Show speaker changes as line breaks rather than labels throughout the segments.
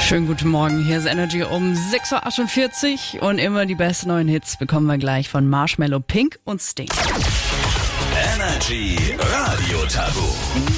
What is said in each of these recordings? Schönen guten Morgen, hier ist Energy um 6.48 Uhr und immer die besten neuen Hits bekommen wir gleich von Marshmallow Pink und Sting.
Energy Radio Tabu.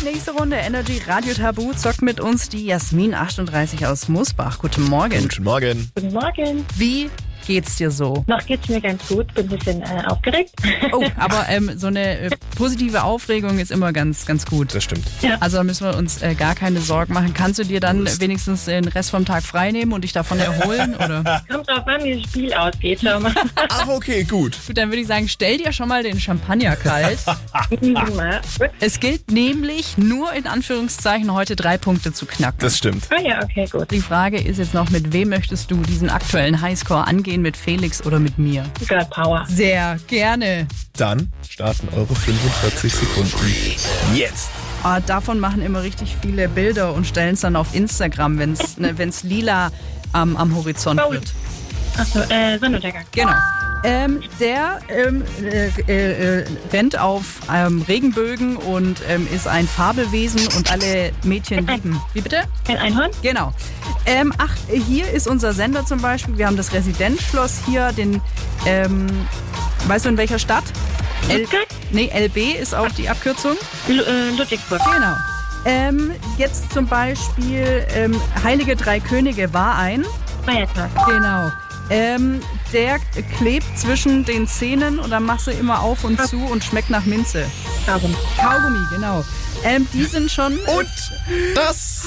Die nächste Runde Energy Radio Tabu zockt mit uns die Jasmin 38 aus Musbach. Guten Morgen.
Guten Morgen.
Guten Morgen.
Wie geht's dir so?
Noch geht's mir ganz gut, bin ein bisschen äh, aufgeregt.
Oh, aber ähm, so eine äh, positive Aufregung ist immer ganz, ganz gut.
Das stimmt.
Also da müssen wir uns äh, gar keine Sorgen machen. Kannst du dir dann wenigstens den Rest vom Tag freinehmen und dich davon erholen? Oder?
Kommt drauf an, wie das Spiel ausgeht, schau mal.
Ach, okay, gut.
Gut, dann würde ich sagen, stell dir schon mal den Champagner kalt.
Mal. Gut.
es gilt nämlich nur in Anführungszeichen heute drei Punkte zu knacken.
Das stimmt.
Ah ja, okay, gut.
die Frage ist jetzt noch, mit wem möchtest du diesen aktuellen Highscore angehen? Mit Felix oder mit mir?
Girl Power.
Sehr gerne.
Dann starten eure 45 Sekunden. Jetzt.
Ah, davon machen immer richtig viele Bilder und stellen es dann auf Instagram, wenn es ne, wenn's lila am- am Horizont
Oh.
wird.
Achso, äh, Sonnenuntergang.
Genau. Ähm, der ähm, äh, äh, äh, rennt auf ähm, Regenbögen und ähm, ist ein Fabelwesen und alle Mädchen lieben. Wie bitte?
Kein Einhorn?
Genau. Ähm, ach, hier ist unser Sender zum Beispiel. Wir haben das Residenzschloss hier, den, ähm, weißt du in welcher Stadt? L
Stuttgart?
nee, LB ist auch die Abkürzung.
Lu- äh, Ludwigsburg.
Genau. Ähm, jetzt zum Beispiel ähm, Heilige Drei Könige war ein.
Feiertag.
Genau. Ähm, der klebt zwischen den Zähnen und dann machst du immer auf und zu und schmeckt nach Minze.
Darum.
Kaugummi, genau. Ähm, die sind schon.
Und das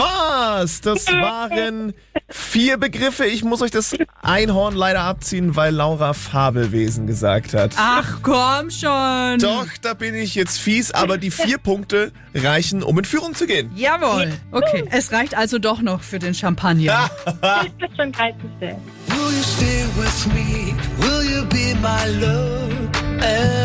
war's. Das waren vier Begriffe. Ich muss euch das Einhorn leider abziehen, weil Laura Fabelwesen gesagt hat.
Ach komm schon!
Doch, da bin ich jetzt fies, aber die vier Punkte reichen, um in Führung zu gehen.
Jawohl. Okay. Es reicht also doch noch für den Champagner.
Ich bin schon geizig.
Will you stay with me? Will you be my love? Eh.